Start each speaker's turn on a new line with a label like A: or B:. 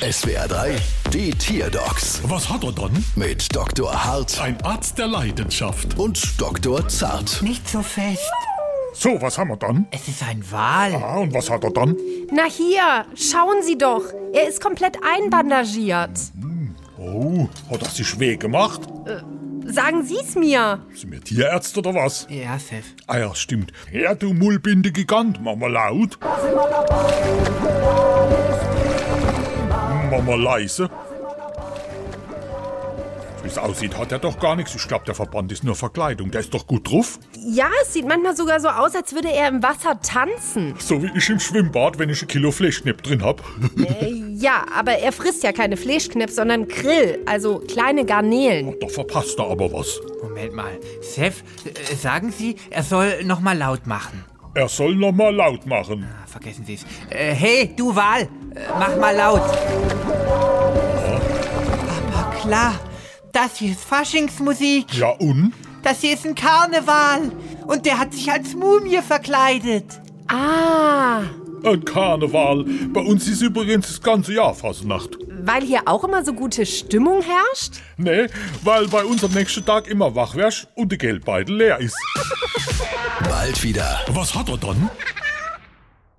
A: SWR 3, die Tierdocs
B: Was hat er dann?
A: mit Dr. Hart
B: Ein Arzt der Leidenschaft.
A: und Dr. Zart.
C: Nicht so fest.
B: So, was haben wir dann?
C: Es ist ein Wal.
B: Ah, und was hat er dann?
D: Na hier, schauen Sie doch. Er ist komplett einbandagiert.
B: Oh, hat er sich weh gemacht?
D: Sagen Sie's mir.
B: Sind wir Tierärzte oder was?
C: Ja, Seth.
B: Ah ja, stimmt. Ja, du Mullbinde Gigant, mach mal laut. Hm, Mach mal leise. So wie es aussieht, hat er doch gar nichts. Ich glaube, der Verband ist nur Verkleidung. Der ist doch gut drauf.
D: Ja, es sieht manchmal sogar so aus, als würde er im Wasser tanzen.
B: So wie ich im Schwimmbad, wenn ich ein Kilo Fleischknepp drin hab.
D: Ja, aber er frisst ja keine Fleischknips, sondern Grill, also kleine Garnelen.
B: Da verpasst er aber was.
C: Moment mal. Seth, äh, sagen Sie, er soll noch mal laut machen.
B: Er soll noch mal laut machen.
C: Ah, vergessen Sie es. Äh, hey, du Wal, äh, mach mal laut. Aber klar, das hier ist Faschingsmusik.
B: Ja und?
C: Das hier ist ein Karneval. Und der hat sich als Mumie verkleidet.
D: Ah,
B: Ein Karneval. Bei uns ist übrigens das ganze Jahr Fasnacht.
D: weil hier auch immer so gute Stimmung herrscht?
B: Nee, weil bei uns am nächsten Tag immer wach wärst und der Geldbeutel leer ist.
A: Bald wieder.
B: Was hat er dann?